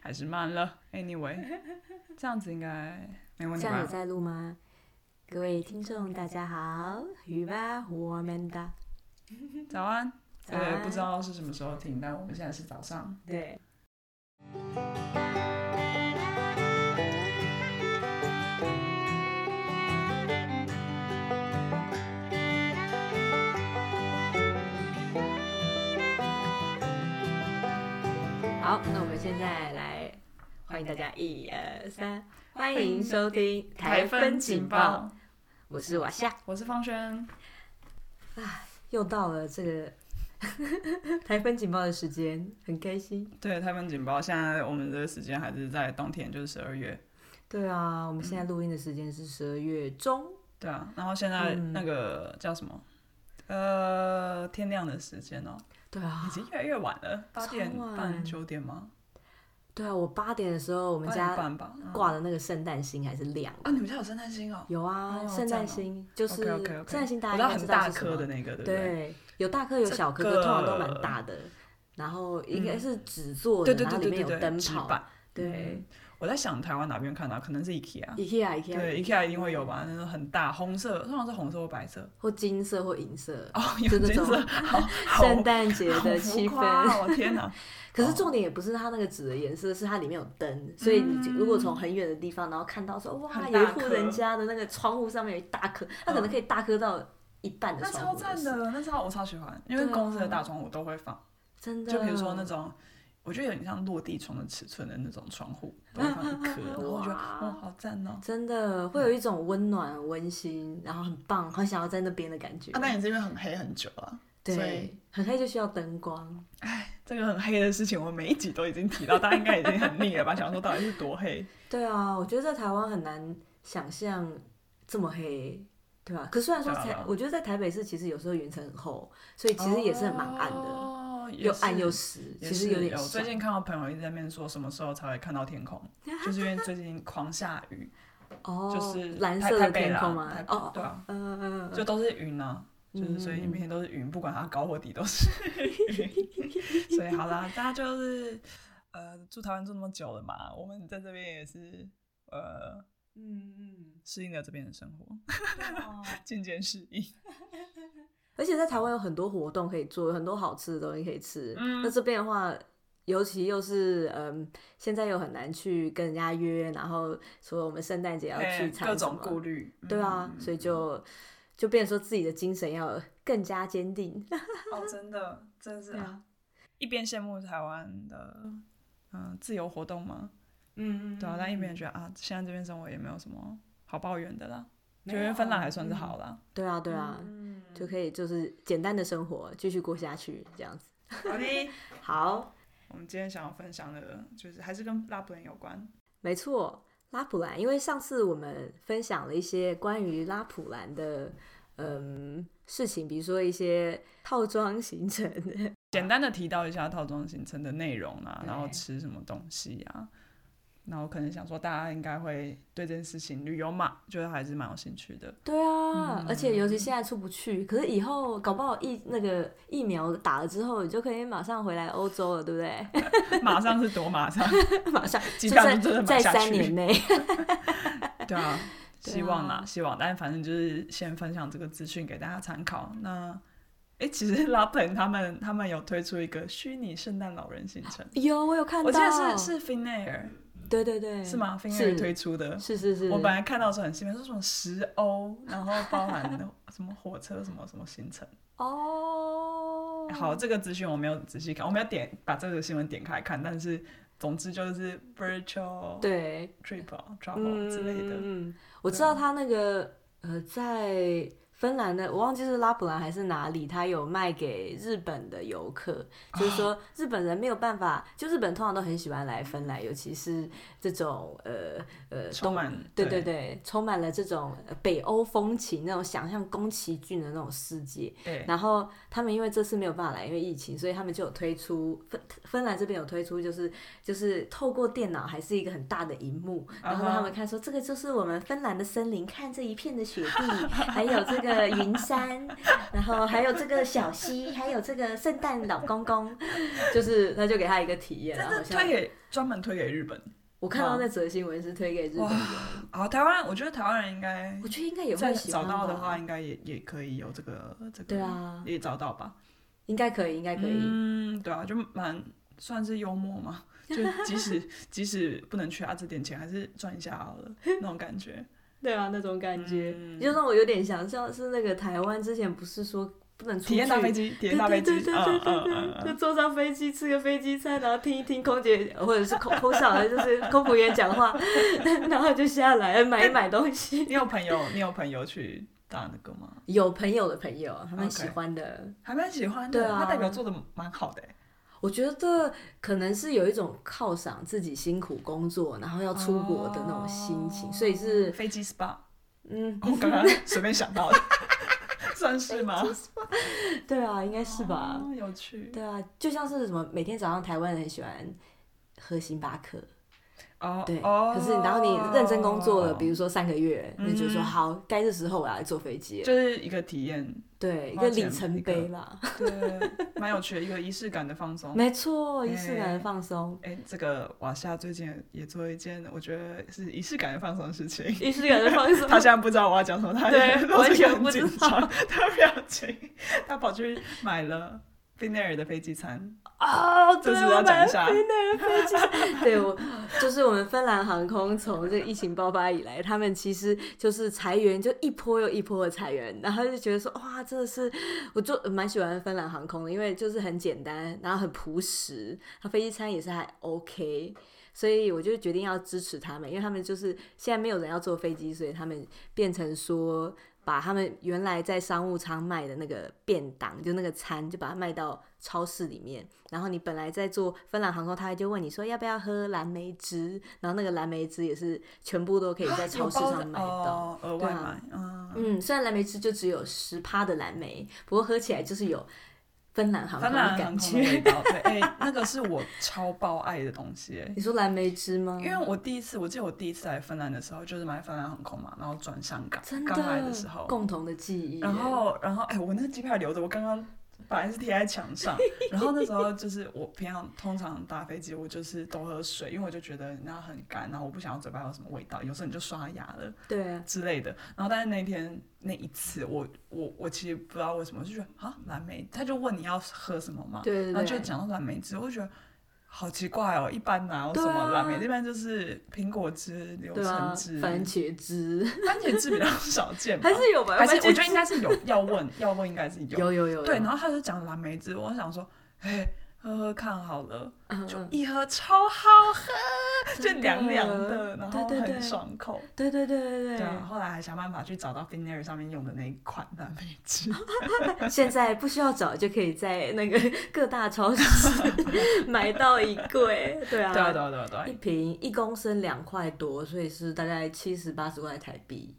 还是慢了。Anyway，这样子应该没问题这样有吧？在录吗？各位听众，大家好，鱼吧，我们的早安。早呃，安不知道是什么时候听，但我们现在是早上。对，好，那我们现在来欢迎大家，一二三，欢迎收听台风警报，，我是瓦夏。我是方轩。又到了 这个台风警报的时间，很开心。对，台风警报，现在我们的时间还是在冬天，就是十二月。对啊，我们嗯现在录音的时间是十二月中，对啊，然后现在嗯那个叫什么？呃，天亮的时间哦，对啊已，经越来越晚了，八点超晚半、九点吗？对啊，我八点的时候，我我们家半吧。嗯挂的那个圣诞星还是亮啊，的。你们家有圣诞星哦？有啊，哦圣诞星就是 OK，OK，OK 圣诞星，大我家应该很知大道是什颗的么。那个，对不对？对，有大颗有小颗，这可个通常都蛮大的。然后应该是纸做的，嗯对对然后对里对面对有对，灯纸泡嗯板。。对我在想台湾哪边看到，可能是 IKEA。 ，IKEA IKEA 对，IKEA 一定会有吧？那种很大，红色，通常是红色或白色。或金色或银色， 哦，有就那金种色， 好， 好圣诞节好的浮气夸氛。哦！我天哪， 可哦是重点也不是它那个纸的颜色，是它里面有灯，所以你就如果从很远的地方，然后看到说哇，很有一大户颗人家的那个窗户上面有一大颗，它可能可以大颗到一半的那窗超户赞是，的，那超我超喜欢，因为对啊公司的大窗户都会放。真的。就比如说那种，我觉得有点像落地窗的尺寸的那种窗户，都会放一颗，然后我觉得哇哦，好赞哦。真的会有一种温暖、温馨，然后很棒，很想要在那边的感觉。啊，但也是因为很黑很久了，所以对，很黑就需要灯光。这个很黑的事情，我每一集都已经提到，大家应该已经很腻了吧？想说到底是多黑？对啊，我觉得在台湾很难想象这么黑，对吧、可虽然说对啊台，对啊我觉得在台北市其实有时候云层很厚，所以其实也是很蛮暗的，哦、也又是暗又湿，也其实是啊有点有。像。最近看到朋友一直在那边说什么时候才会看到天空， 就是因为最近狂下雨，哦，就是蓝台色台的北天啦空吗台？哦，对啊，嗯嗯嗯，就都是云啊。就是，所以每天都是云，不管它高或低都是云。 所以好啦，大家就是呃，住台湾住那么久了嘛，我们在这边也是呃，嗯适应了这边的生活， 嗯，渐渐适应。而且在台湾有很多活动可以做，有很多好吃的东西可以吃。嗯那这边的话，尤其又是嗯，现在又很难去跟人家约，然后说我们圣诞节要哎聚餐各什种么顾虑，对啊，嗯所以就就变成说自己的精神要更加坚定。哦，真的，真的是对啊，一边羡慕台湾的嗯、呃自由活动嘛，嗯对啊，但一边也觉得啊，现在这边生活也没有什么好抱怨的啦，就因为芬兰还算是好啦，对啊，对啊，嗯，就可以就是简单的生活继续过下去，这样子。好的。好，我们今天想要分享的，就是还是跟拉布伦有关。没错，拉普兰，因为上次我们分享了一些关于拉普兰的嗯事情，比如说一些套装行程， 简单的提到一下套装行程的内容啊，对然后吃什么东西啊，然后可能想说大家应该会对这件事情旅游嘛，觉得还是蛮有兴趣的。对啊，而且尤其现在出不去，可是以后搞不好疫那个疫苗打了之后，你就可以马上回来欧洲了，对不对？ 马上是多马上，马上机就票在就真的在买下去三年内， 对啊，对啊希望啦，希望。但反正就是先分享这个资讯给大家参考。那。哎，其实 拉普兰他们他们有推出一个虚拟圣诞老人行程，有我有看到，我记得是是 Finair 对对哦对，是吗是？Finair 推出的，是是是，我本来看到的时候很兴奋，说什么十欧，然后包含什么火车什么什么行程。哦，好，这个资讯我没有仔细看，我没有点把这个新闻点开看，但是总之就是 virtual 对， trip travel 之类的。啊嗯，嗯我知道他那个呃，在芬兰的，我忘记是拉普兰还是哪里，他有卖给日本的游客，就是啊说日本人没有办法，就日本人通常都很喜欢来芬兰，尤其是这种呃呃充东。满对对对，充满了这种呃北欧风情，那种想象宫崎骏的那种世界，对，然后他们因为这次没有办法来，因为疫情，所以他们就有推出芬芬兰这边有推出，就是就是透过电脑还是一个很大的荧啊 幕，然后让他们看说这个就是我们芬兰的森林，看这一片的雪地，还有这个个云山， 然后还有这个小溪，还有这个圣诞老公公，就是他就给他一个体验，然后这好是推像给专门推给日本。我看到那则新闻是推给日本人，好，台湾，我觉得台湾人应该我觉得应该也再会喜找欢到的吧话，，应该也也可以有这个这个，对，啊，也找到吧。应该可以，应该可以，嗯，对啊，就蛮算是幽默 嘛，就即使即使不能去啊，这点钱还是赚一下好了，那种感觉。对啊，那种感觉、嗯就让我有点想像是那个台湾之前不是说不 能出去体验搭飞机，体验搭飞机，对对对对对对嗯嗯嗯就嗯坐上飞机吃个飞机餐，然后听一听空姐或者是空空少，就是空服员讲话， 然后就下来买一买东西。你有朋友，你有朋友去搭那个吗？有朋友的朋友，他们 OK 喜欢的还蛮喜欢对的，啊他代表做的蛮好的欸。我觉得可能是有一种犒赏自己辛苦工作，然后要出国的那种心情，所以是飞机 SPA，嗯，我刚刚随便想到的，算是 吗？对啊，应该是吧？哦有趣对啊，就像是什么每天早上台湾人很喜欢喝星巴克，哦，对，哦可是然后你认真工作了，比如如说三个月，嗯那就说好，该是时候我要来坐飞机了。就是一个体验，对，一花个钱里程碑啦，对，蛮有趣的一个仪式感的放松。没错，仪式感哎的放松，哎，这个瓦夏最近也做一件我觉得是仪式感的放松的事情。仪式感的放 松他现在不知道我要讲什么，他对也都是完全很不紧知道张，他的表情，他跑去买了冰奈尔的飞机餐，啊， 这对，是我要讲买一下了飞那个飞机， 对我就是我们芬兰航空从这个疫情爆发以来，他们其实就是裁员，就一波又一波的裁员，然后就觉得说哇，真的是我就蛮喜欢芬兰航空的，因为就是很简单，然后很朴实，它飞机餐也是还 OK。所以我就决定要支持他们，因为他们就是现在没有人要坐飞机，所以他们变成说把他们原来在商务舱卖的那个便当，就那个餐，就把它卖到超市里面。然后你本来在坐芬兰航空，他就问你说要不要喝蓝莓汁，然后那个蓝莓汁也是全部都可以啊在超市上买到。哦，额外对买啊，嗯，嗯，虽然蓝莓汁就只有十趴的蓝莓，不过喝起来就是有芬兰航空芬兰的航啊感空的味觉。道， 对，哎，那个是我超爆爱的东西，哎你说蓝莓汁吗？因为我第一次，我记得我第一次来芬兰的时候，就是买芬兰航空嘛，然后转香港，真的刚来的时候，共同的记忆耶。然后，然后，哎、我那个机票留着，我刚刚本来是贴在墙 上，然后那时候就是我平常通常搭飞机，我就是都喝水，因为我就觉得那很干，然后我不想要嘴巴有什么味道，有时候你就刷牙了对啊，之类的。然后，但是那天那一次，我我我其实不知道为什么，我就觉得啊，蓝莓，他就问你要喝什么嘛，对对对，然后就讲到蓝莓汁，我就觉得。好奇怪哦，一般哪有什对啊么蓝莓？一般就是苹果汁、柳对啊橙汁、，番茄汁番茄汁比较少见吧， 还是有 吧？还是番茄我觉得汁应该是有要问，要问应该是有。有有有对，然后他就讲蓝莓汁，我想说，哎，喝喝看好了，后就一喝超好喝，就嗯真的凉凉的，然后对对很对爽口。对对对对对啊，后来还想办法去找到 Finnair 上面用的那一款蓝莓汁，啊对，现在不需要找就可以在那个各大 超市买到一柜，对啊，对啊，对啊，对啊，对啊一，瓶一公升两块多，所以是大概七十八十块台币。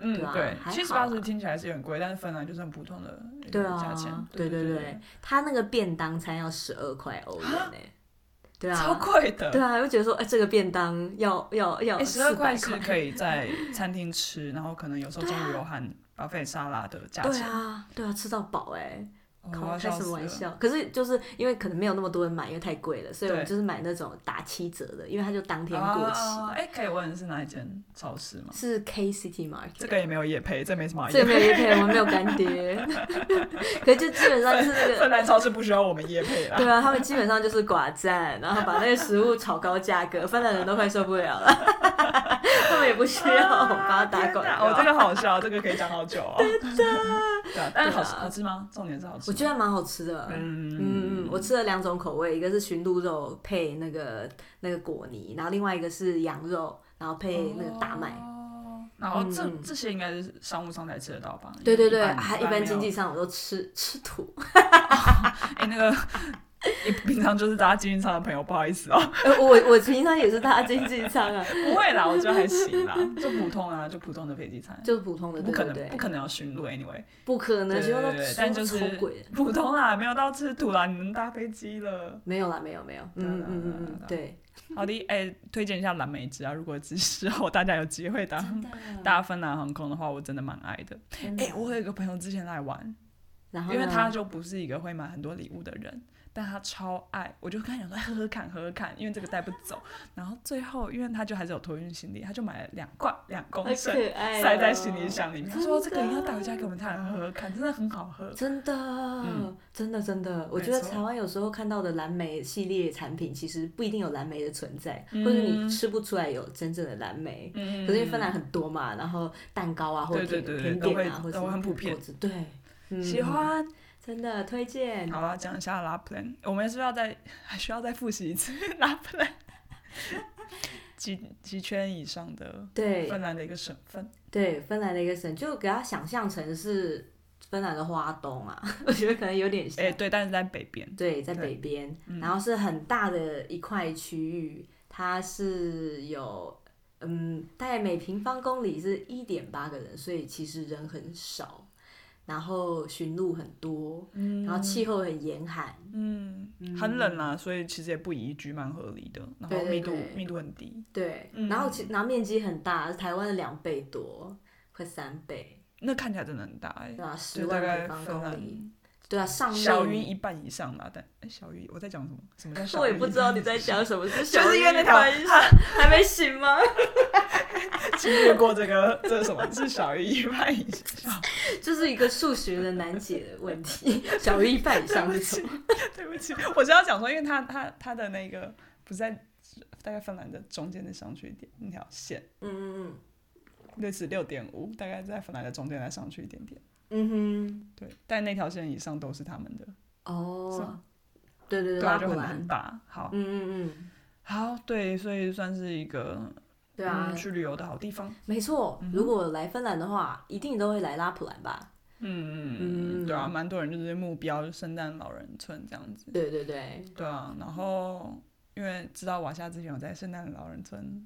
嗯，对啊对，还七十好八啦十听起来是有点贵，但是芬兰就是很普通的一个对啊价钱，对对啊对对，他那个便当餐要十二块欧元呢、对超啊，贵的，对啊，就觉得说，哎、这个便当要要要哎，十二块400块啊是可以在餐厅吃，然后可能有时候中午有含 buffet 沙拉的价对钱，啊，对啊，吃到饱哎、哦我靠，要开笑什死么玩了笑？可是就是因为可能没有那么多人买，因为太贵了，所以我对们就是买那种打七折的，因为它就当天过期。啊哎、可以问是哪一间超市吗？是 K City Market，这个也没有夜配，这没什么好这夜个没有叶配，我们没有干爹， 可是就基本上就是配。芬那个。兰超市不需要我们夜配 啦。对啊，他们基本上就是寡占，然后把那个食物炒高价格，芬兰人都快受不了了。 他们也不需要啊我帮他打啊天广哪告。哦，这个好笑，这个可以讲好久 哦。真的。对啊，但是好吃对啊好吃吗？重点是好吃吗。我觉得蛮好吃的。嗯嗯，我吃了两种口味，一个是熏鹿肉配那个那个果泥，然后另外一个是羊肉，然后配那个大麦。哦然后这、嗯这些应该是商务舱才吃得到吧？对对对，般啊，一没般有经济舱我都吃吃 土。哎、那个你平常就是搭经济舱的朋友，不好意思哦。 呃我我平常也是搭经济舱啊，不会啦，我觉得还行 啦，就普通啊，就普通的飞机餐，就是普通的，不对可对能对不，可能有驯鹿 anyway。不可能，对全对部都对，但就超是贵的。普啊通啦，没有到吃土啦，你能搭飞机了。没有啦，没有没有，对啊嗯对啊嗯对啊嗯嗯，对，好的，哎、推荐一下蓝莓汁啊！如果之后大家有机会搭真的啊搭芬兰航空的话，我真的蛮爱的。真的哎、我有一个朋友之前来玩，然后因为呢他就不是一个会买很多礼物的人，但他超爱，我就跟他讲说哎喝喝看，喝喝看，因为这个带不走。然后最后，因为他就还是有托运行李，他就买了两罐两公好升可爱哦塞在行李箱里面。他说这真个的一定要带回家给我们大人喝喝看，真的很好喝。真的、嗯真的，真的，我觉得错台湾有时候看到的蓝莓系列产品，其实不一定有蓝莓的存在，嗯或者你吃不出来有真正的蓝莓。嗯可是因为芬兰很多嘛，然后蛋糕啊，或者对对对甜甜都点啊，会或者都很普遍果子，对，嗯喜，欢，真的推荐。好了，讲一下拉普兰，我们是不是要再还需要再复习一次 拉普兰几几圈以上的对芬兰的一个省份。对，芬兰的一个省，就给它想象成是芬兰的花东啊， 我觉得可能有点像。哎、对，但是在北边。对，在对北边，嗯然后是很大的一块区域，它是有嗯，大概每平方公里是一点八个人，所以其实人很少，然后驯鹿很多，嗯然后气候很严寒，嗯，很冷啦，所以其实也不宜居，蛮合理的。然后对对密度对密度很低，对，嗯然后其然后面积很大，是台湾的两倍多，快三倍，那看起来真的很大哎、对吧、十就大万概平方芬公里，兰对啊，上小于面。一半以上啦。但哎、小于我在讲什么？什么叫小于？我也不知道你在讲什么，是就小是于因为那一条半以上还没醒吗？经历过这个 这是什么？是小于一半以上。 这是一个数学的难解的问题， 小于一半以上是什么？ 对不起，我是要讲说，因为它它它的那个不是在大概芬兰的中间的上去一点那条线，嗯嗯类似六点五，大概在芬兰的中间再上去一点点。嗯对，但那条线以上都是他们的，哼，是哦吗，对对对，对啊，拉就普很兰难，打。好，嗯嗯嗯，好，对，所以算是一个对啊嗯，去旅游的好地方。没错嗯。哼如果来芬兰的话，一定都会来拉普兰吧？嗯嗯，嗯对啊，蛮多人就是目标圣诞老人村这样子。对对对，对啊，然后因为知道瓦夏之前有在圣诞老人村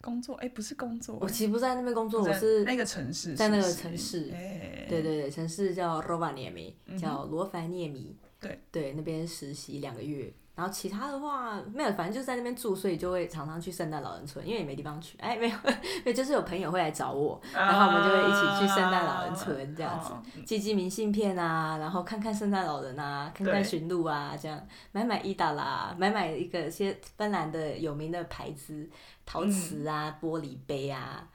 工作，哎，不是工作，我其实不在那边工作，我在哎是那个城市，在那个是不是城市哎，对对对，城市叫 Rovaniemi，嗯哼叫罗凡涅米。对对，那边实习两个月，然后其他的话没有，反正就是在那边住，所以就会常常去圣诞老人村，因为也没地方去。哎，没有， 没有，就是有朋友会来找我，然后我们就会一起去圣诞老人村这样子啊。嗯寄寄明信片啊，然后看看圣诞老人啊，看看对驯鹿啊，这样买买伊达啦，买买一个些芬兰的有名的牌子，陶瓷嗯啊、玻璃杯啊，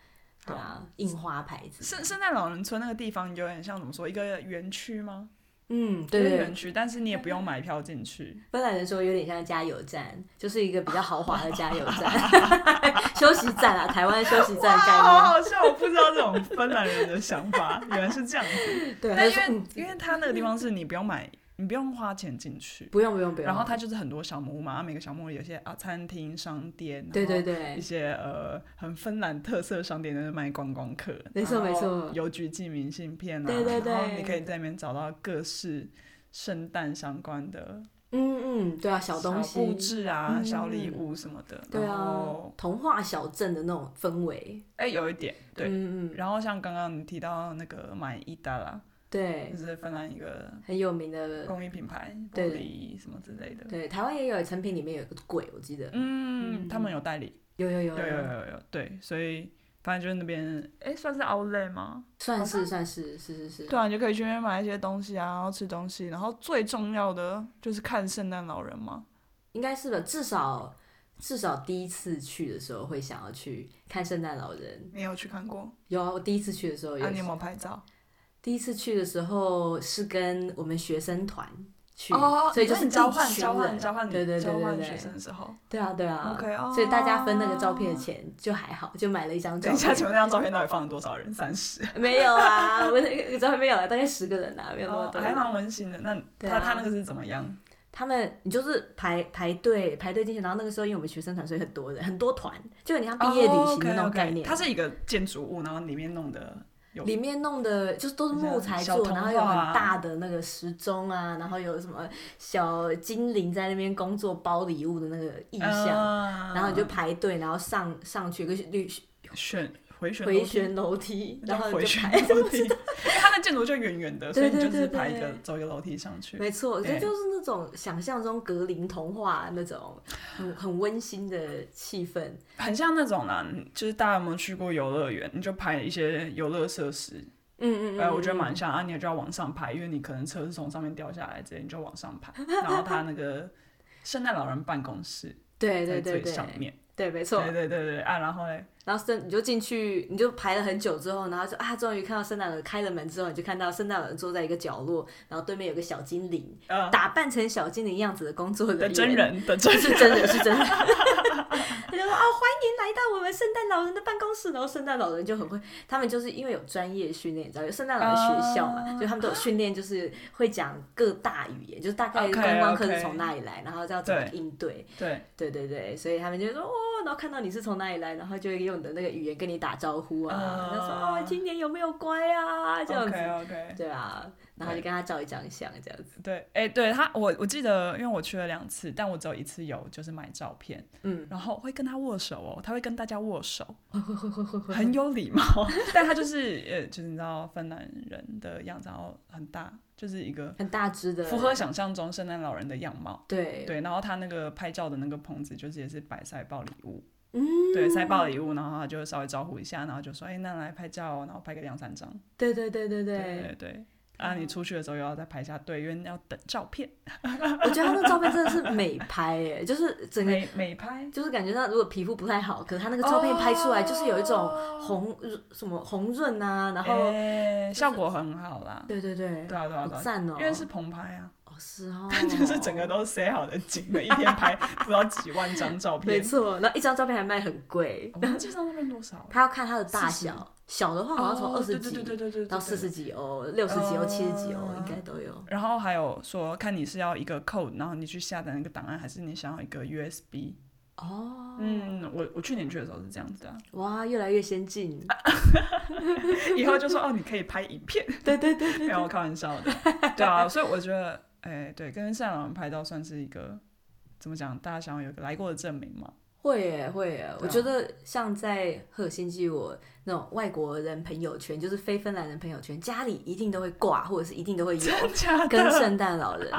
对啊，印花牌子，圣圣诞老人村那个地方有点像怎么说，一个园区吗？嗯，对一个对园区，但是你也不用买票进去。芬兰人说有点像加油站，就是一个比较豪华的加油站， 休息站啊，台湾休息站好 概好笑，我不知道这种芬兰人的想法原来是这样子。念。对，他但就因说为嗯因为他那个地方是你不用买，你不用花钱进去，不用不用不用，然后它就是很多小木屋嘛，每个小木屋有些啊餐厅、商店，对对然后对一些呃很芬兰特色商店在那卖观光客，没错然后没错邮局寄明信片啊，对对然后对你可以在那边找到各式圣诞相关的嗯嗯，对啊，小东西布置啊、嗯小礼物什么的，对然啊后，童话小镇的那种氛围，哎、有一点对。嗯嗯，然后像刚刚你提到那个买伊达啦，对就，是芬兰一个很有名的，工艺品牌，玻对璃什么之类的。对，台湾也有成品里面有一个柜，我记得、嗯，他们有代理，有有有有有有有，对，所以反正就是那边，哎，算是 Outlet 吗？算是算是是是是，对啊，你就可以去那边买一些东西啊，然后吃东西，然后最重要的就是看圣诞老人嘛。应该是吧，至少至少第一次去的时候会想要去看圣诞老人。你有去看过？有啊，我第一次去的时候有，啊，你有没有拍照？第一次去的时候是跟我们学生团去，哦，所以就是你交换一群交换人交换对对对交对换学对，生的时候。对啊对啊 OK，哦所以大家分那个照片的钱就还好，就买了一张照等一片。下，请问那张照片到底放了多少人？三十。没有啊，我那个照片没有啊，大概十个人啊，没有那么哦，多。还蛮温馨的。那对他啊他那个是怎么样？他们你就是排排队排队进去，然后那个时候因为我们学生团，所以很多人很多团，就很像毕业旅行的那种概念。哦它是一个建筑物，然后里面弄的有里面弄的就是都是木材小做，童话然啊后有很大的那个时钟啊，然后有什么小精灵在那边工作包嗯礼物的那个意象，啊然后你就排队，然后上上去有个绿选回旋回楼梯旋楼梯，那然叫后你回就旋排。楼 梯，因为它的建筑就圆圆的，所以对你就对是对爬一个对走一个楼梯上去。没错，这哎就是那种想象中格林童话那种很很温馨的气氛。很像那种啦，就是大家有没有去过游乐园？你就拍一些游乐设施，嗯嗯嗯，哎、我觉得嗯蛮像啊。你就要往上拍，因为你可能车是从上面掉下来，之类你就往上拍。然后它那个 圣诞老人办公室对在对对最对上，面，对没错对。对对对啊，然后嘞，然后圣你就进去，你就排了很久之后，然后就啊，终于看到圣诞老人开了门之后，你就看到圣诞老人坐在一个角落，然后对面有个小精灵，呃，打扮成小精灵样子的工作人的员，真人的真人，是真人是 真人。他就说啊，欢迎来到我们圣诞老人的办公室。然后圣诞老人就很会，他们就是因为有专业训练，你知道有圣诞老人学校嘛，啊就他们都有训练，就是会讲各大语言，就是大概 OK，观光客是 OK 从哪里来，然后要怎么对应对。对，对对对，所以他们就说哦，然后看到你是从哪里来，然后就会用你的那个语言跟你打招呼啊，啊然后说哦，今年有没有乖啊这样子。 OK OK，对啊，然后就对跟他照一张相这样子。对，哎、对他，我我记得，因为我去了两次，但我只有一次有，就是买照片，嗯，然后会跟他握手哦，他会跟大家握 手，会会会会会会很有礼貌， 但他就是呃，就是你知道芬兰人的样子，然后很大，就是一个很大只的，符合想象中圣诞老人的样貌。对，对，然后他那个拍照的那个棚子，就是也是摆塞爆礼物，嗯，对，塞爆礼物，然后他就稍微招呼一下，然后就说，哎、那来拍照哦，然后拍个两三张。对对对对对对，对对，啊，你出去的时候又要再排一下队，因为要等照片，我觉得他那照片真的是美拍耶，就是整个美美拍。就是感觉到如果皮肤不太好，可是他那个照片拍出来就是有一种哦红什么红润啊，然后哎、是效果很好啦。对对对，对啊，对啊，好对啊，赞哦，因为是棚拍啊，，哦是哦 就是整个都塞好的景的，一天拍不知道几万张照没片。错，然后一张照片还卖很贵我，们记上那边多少啊？他要看它的大40小，小的话好像从哦二十对对对几对对对到四。十几欧、六十几欧、哦七十几欧应该都有。然后还有说，看你是要一个 code，然后你去下载那个档案，还是你想要一个 USB？哦，嗯，我我去年去的时候是这样子的啊、哇，越来越先进， 以后就说哦，你可以拍影片，对对对没有我开玩笑的，对啊，所以我觉得，哎，对，跟圣诞老人拍照算是一个怎么讲？大家想要有个来过的证明 嘛？会耶，会耶。我对啊觉得像在赫尔辛基，我那种外国人朋友圈，就是非芬兰人朋友圈，家里一定都会挂，或者是一定都 会有假的跟圣诞老人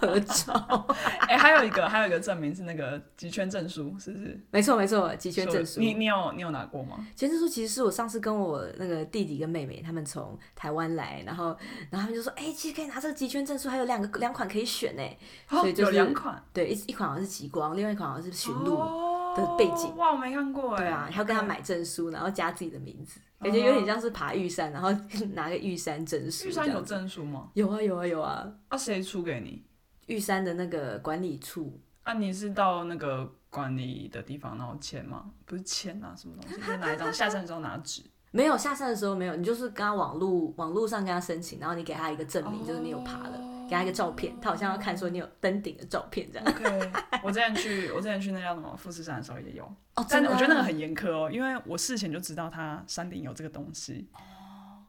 合照。 哎、还有一个，还有一个证明是那个集圈证书，是不是？没错，没错，集权证是书。我你你有你有拿过吗？集权证书其实是我上次跟我那个弟弟跟妹妹他们从台湾来，然后然后他们就说，哎、其实可以拿这个集权证书，还有两个两款可以选呢。所以哦就是有两款对，一一款好像是极光，另外一款好像是驯鹿。哦鹿的背景哇，我没看过哎。对啊，还要跟他 OK。买证书，然后加自己的名字，嗯感觉有点像是爬玉山，然后 拿个玉山证书。 玉山有这样子证书吗？有啊有啊有啊！啊，谁出给你？玉山的那个管理处，啊，你是到那个管理的地方然后签吗？不是签啊，什么东西？就是拿一张，下站的时候拿纸。没有下山的时候没有，你就是跟他网路网路上跟他申请，然后你给他一个证哦明，就是你有爬了，给他一个照片，他好像要看说你有登顶的照片这样。 OK，我之前去，我之前去那叫什么富士山的时候也有，哦，但真的啊，我觉得那个很严苛哦，因为我事前就知道它山顶有这个东西。哦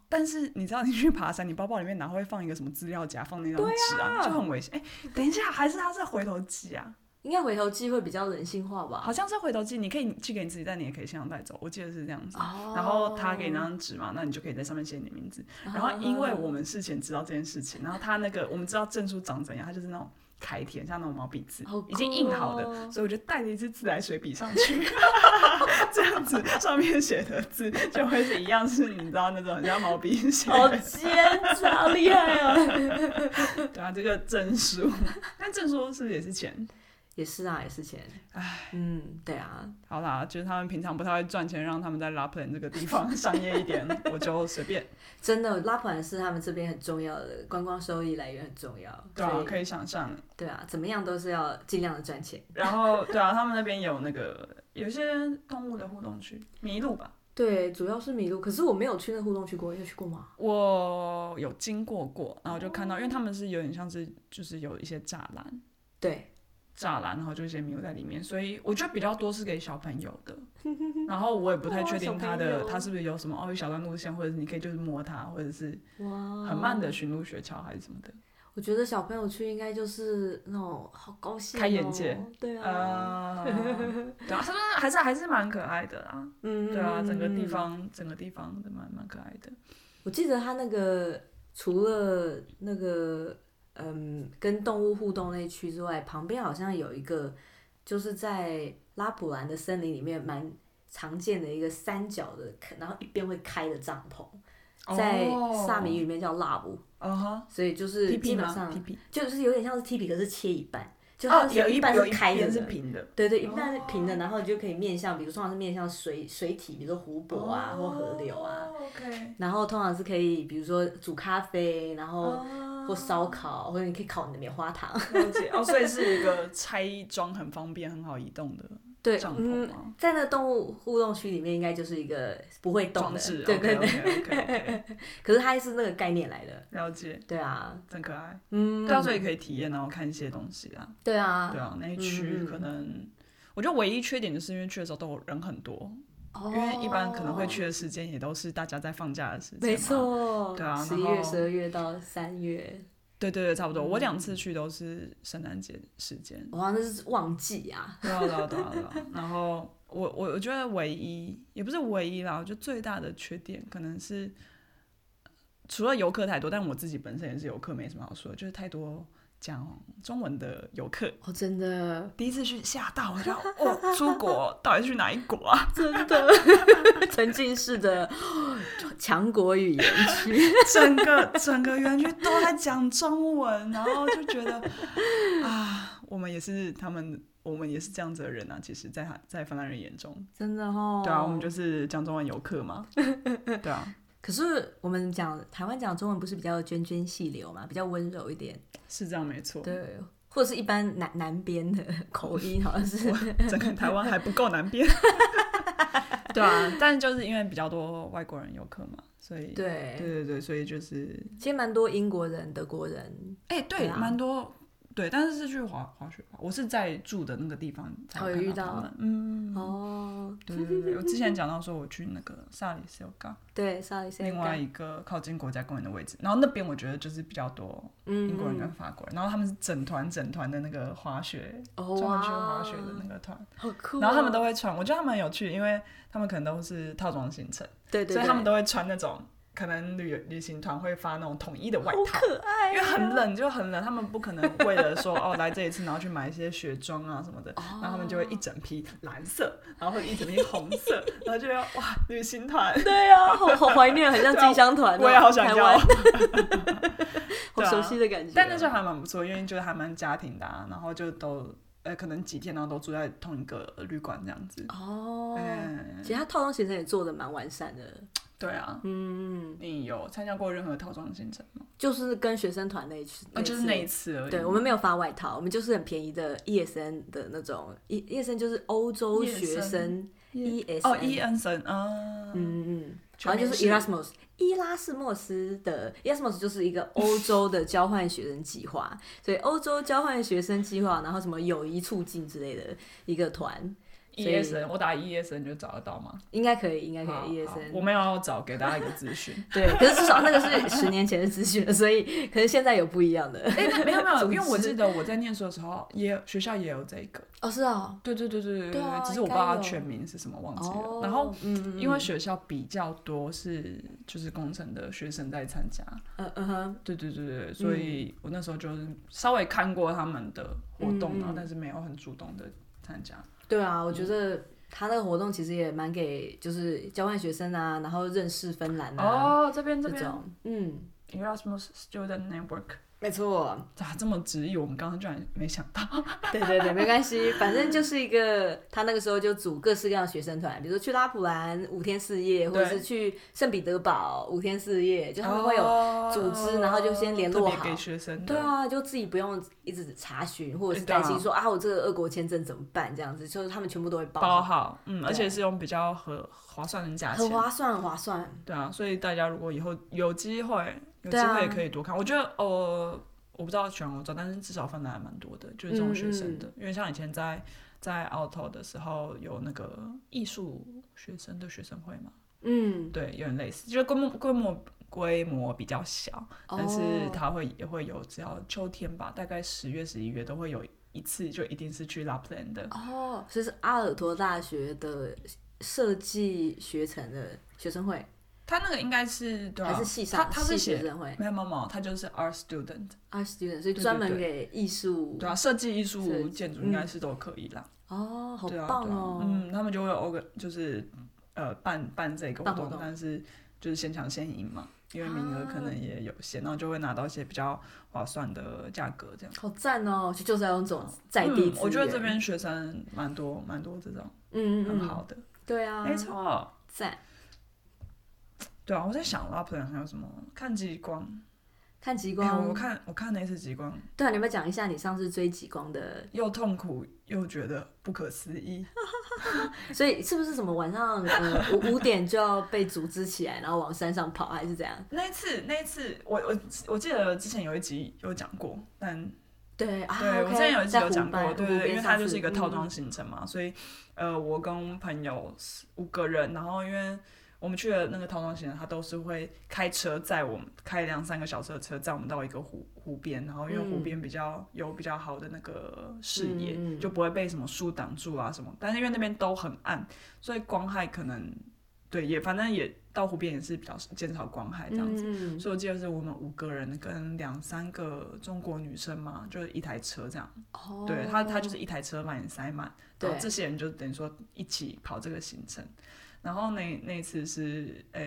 但是你知道，你去爬山，你包包里面哪会放一个什么资料夹，放那张纸啊，就很危险。哎、等一下，还是它是回头机啊？应该回头机会比较人性化吧好。像是回头机，你可以寄给你自己，但你也可以现场带走。我记得是这样子。哦然后他给你那，张纸嘛，那你就可以在上面写你的名字。嗯然后因为我们事前知道这件事情，然后他那个我们知道证书长怎样，它就是那种楷帖，像那种毛笔字好，已经印好酷哦的，所以我就带了一支自来水笔上 去，这样子上面写的字就会是一样，是你知道那种很像毛笔写好的。奸诈，好哦厉害 啊！对啊，这个证书， 但证书是不是也是钱？也是啊，也是钱。唉，嗯，对啊，好啦，就是他们平常不太会赚钱，让他们在拉普兰这个地方商业一 点，我就随便。真的，拉普兰是他们这边很重要的观光收益来源，很重要。对啊所，以可以想象。对啊，怎么样都是要尽量的赚钱。然后对啊，他们那边有那个有一些动物的互动区，麋鹿吧。对，主要是迷路，可是我没有去那互动区过，你有去过吗？我有经过过，然后就看到，因为他们是有点像是就是有一些栅栏，对，栅栏，然后就一些迷路在里面，所以我觉得比较多是给小朋友 的。然后我也不太确定它哦哇小的朋友它是不是有什么哦一小段路线，或者是你可以就是摸它，或者是哇，很慢的。寻路学桥还是什么的。我觉得小朋友去应该就是那种好高兴、哦，开眼界，对啊，啊，对啊，它真的还是还是蛮可爱的啦。嗯，对啊，整个地嗯。方整个地方都蛮蛮可爱的。我记得他那个除了那个嗯跟动物互动那一区之外，旁边好像有一个就是在拉普兰的森林里面蛮常见的一个三角的，然后一边会开的帐篷，在萨米语里面叫拉布，哦哈，所以就是皮基皮本吗？上皮皮就是有点像是梯比，可是切一半，就它哦，是有一半有是一开着边的是。平哦的，对对，一半是平的，然后你就可以面向，比如说通常是面向水水体，比如说湖泊啊、或河流啊，哦，OK，然后通常是可以，比如说煮咖啡，然后哦或烧烤，或者你可以烤你的棉花糖。 了解哦，所以是一个拆装很方便、很好移动的 对帐篷嗯，吗？在那个动物互动区里面，应该就是一个不会动装的置，对对对。 ，OK，可是它是那个概念来的，了解，对啊，真可爱。嗯，对啊，所以可以体验，然后看一些东西啊。对啊，对啊，那一嗯区嗯可能我觉得唯一缺点就是因为去的时候都人很多，哦因为一般可能会去的时间也都是大家在放假的时间嘛。没错，对啊然十一月、后十二月到三月，。对对对，差不多。我两次去都是圣诞节时间哇，那是旺季啊，对啊对啊对啊对啊。然后我我我觉得唯一也不是唯一啦，我觉得最大的缺点可能是除了游客太多，但我自己本身也是游客，没什么好说的，就是太多讲中文的游客。哦，真的，第一次去吓到，我想哦，出国到底去哪一国啊？ 真的，沉浸式的 强国语言区。整个整个园区都在讲中文，然后就觉得啊，我们也是他们，我们也是这样子的人啊。其实在，他在芬兰人眼中，真的哦，对啊，我们就是讲中文游客嘛，对啊，可是我们讲台湾讲中文不是比较涓涓细流嘛，比较温柔一点，是这样没错。对，或者是一般南南边的口音好 像是，整个台湾还不够南 边，对啊，但就是因为比较多外国人游客嘛，所以对，对对对，所以就是其实蛮多英国人、德国人，哎、对对，啊蛮、多。对，但是是去滑滑雪吧，我是在住的那个地方才哦有看遇到他到们，嗯，哦，对对对，我之前讲到说我去那个萨里斯有 港对，稍微先另外一个靠近国家公园的位置，然后那边我觉得就是比较多英英国人跟法国人，然后他们是整团整团的那个滑雪，哦专门去哇，滑雪的那个团，好酷哦，然后他们都会穿，我觉得他们很有趣，因为他们可能都是套装行程，对对，所以他们都都会穿那种可能旅旅行团会发那种统一的外好套。可爱啊因为很冷就很冷，他们不可能为了 说哦来这一次，然后去买一些雪装啊什么的，哦然后他们就会一整批蓝色，然后或者一整批红 色，然后就要哇旅行团，对啊，好好怀念，很 像进香团哦，啊我也好想台要 湾，好对啊熟悉的感觉哦，但那时候还蛮不错，因为就是还蛮家庭的、啊，然后就都呃可能几天，然后都住在同一个旅馆这样子。哦，嗯，其实他套装行程也做的蛮完善的，对啊，嗯，你有参加过任何套装行程吗？就是跟学生团那一次，啊，就是次那一次而已。对，我们没有发外套，我们就是很便宜的 ESN 的那种，ESN 就是欧洲学生 ESN，哦，伊恩森啊，嗯，嗯嗯，全然后名就是是 Erasmus，伊拉斯莫斯的 Erasmus 就是一个欧洲的交换学生计划，所以欧洲交换学生计划，然后什么友谊促进之类的一个团，伊恩森，E 我打伊恩森就找得到吗？应该可以，应该可好以好 ESN，我们要找给大家一个资讯。 对，可是至少那个是十年前的资讯了，所以可能现在有不一样的。哎、那没有没有， 因为我组织记得我在念书的时候，也有学校也有这个。哦，是哦，对对对对对对啊只是我应不该知道它有全名是什么，忘记了。哦，然后。嗯，嗯因为嗯学校比较多是就是工程的学生在参加，呃嗯哼，对对对对，所以我那时候就是稍微看过他们的活动，嗯嗯然后但是没有很主动的参加。对啊，我嗯觉得他那个活动其实也蛮给就是交换学生啊，然后认识芬兰啊、哦，这边这这边种，嗯， Erasmus Student Network，没 错，咋这么直译？我们刚刚居然没想到。对对对，没关系，反正就是一个他那个时候就组各式各样的学生团，比如说去拉普兰五天四夜，或者对是去圣彼得堡五天四夜，哦就他们会有有组织然后就先联络好哦给学生的。对啊，就自己不用一直查询，或者是对啊担心说啊，我这个俄国签证怎么办？这样子，就是他们全部都会包包好，好，嗯，对而且是用比较合划算的价很钱，划算，很划算。对啊，所以大家如果以后有机会，有机对啊会也可以多看。我觉得呃，我不知道全欧洲，但是至少芬兰还蛮多的，就是这种学生嗯的，因为像以前在在澳头的时候有那个艺术学生的学生会嘛，嗯，对，有点类似，就是规模规模规模比较小，但哦是它会也会有，只要秋天吧，大概十月、十一月都会有一次，就一定是去 Lapland 的。哦，这是阿尔托大学的设计学程的学生会，他那个应该是对、啊，还是系上他他是系学写生会啊没有没有没有，他就是 art student，二 student，所以专门对给艺术。对啊，设计、艺设术、计建筑应该是都可以啦。哦，好对啊，棒对啊哦！嗯，他们就会 organ 就是呃办办这个活办活动，动但是就是现场现赢嘛，因为名额可啊能也有限，然后就会拿到一些比较划算的价格这样。好赞哦！就就是要用这种在地嗯资源、我觉得这边学生蛮多蛮多这种嗯嗯很嗯好，的，对啊，没，错。赞。对啊，我在想拉普兰还有什么看极光，看极哎、光，我看我看那次极光，对啊，你要不要讲一下你上次追极光的？又痛苦又觉得不可思议。所以是不是什么晚上呃五五点就要被组织起来，然后往山上跑，还是怎样？那一次，那一次，我我我记得之前有一集有讲过，但对啊，对 o 我 k 之前有一集有讲过，对对对，因为它就是一个套套装行程嘛，所以呃，我跟朋友四五个人，然后因为我们去的那个套装行程，它都是会开车载我们，开一辆三个小时的车载我们到一个湖湖边，然后因为湖嗯边比较有比较好的那个视野，嗯嗯就不会被什么树挡住啊什么，但是因为那边都很暗，所以光害可能对也反正也到湖边也是比较减少光害这样子。嗯嗯所以我记得是我们五个人跟两三个中国女生嘛，就是一台车这样。哦，对他，他就是一台车把你塞满，然后对这些人就等于说一起跑这个行程。然后那那一次是，呃、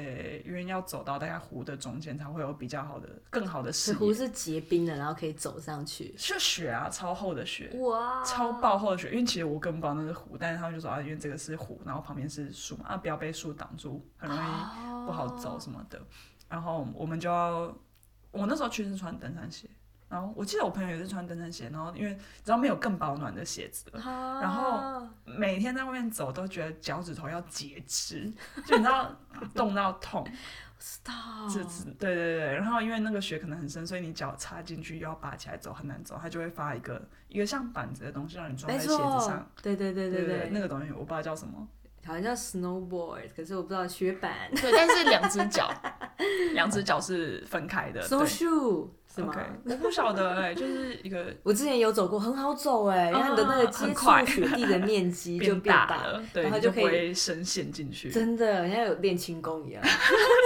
因为要走到大概湖的中间才会有比较好的、更好的视水湖野。是结冰的，然后可以走上去，是雪啊，超厚的雪，哇，超爆厚的雪。因为其实我根本不知道那是湖，但是他们就说啊，因为这个是湖，然后旁边是树嘛，啊，不要被树挡住，很容易哦，不好走什么的。然后我们就要，我那时候去是穿登山鞋，然后我记得我朋友也是穿登山鞋，然后因为你知道没有更保暖的鞋子了，啊，然后每天在外面走都觉得脚趾头要截肢，就你知 道冻到痛， stop，这这对对对。然后因为那个雪可能很深，所以你脚插进去又要拔起来走，很难走，它就会发一个一个像板子的东西让你装没在鞋子上错。，对对对对对对，那个东西我不知道叫什么，好像叫 snowboard，可是我不知道雪板 对，但是两只脚，两只脚是分开 的。对 snow shoe 是吗 OK，我不晓得哎、就是一 个我之前有走过，很好走哎、嗯然后你的那个接很触快雪地的 面积就变大大了，对，然后你就可不以会深陷进去，真的，人家有练轻功一样。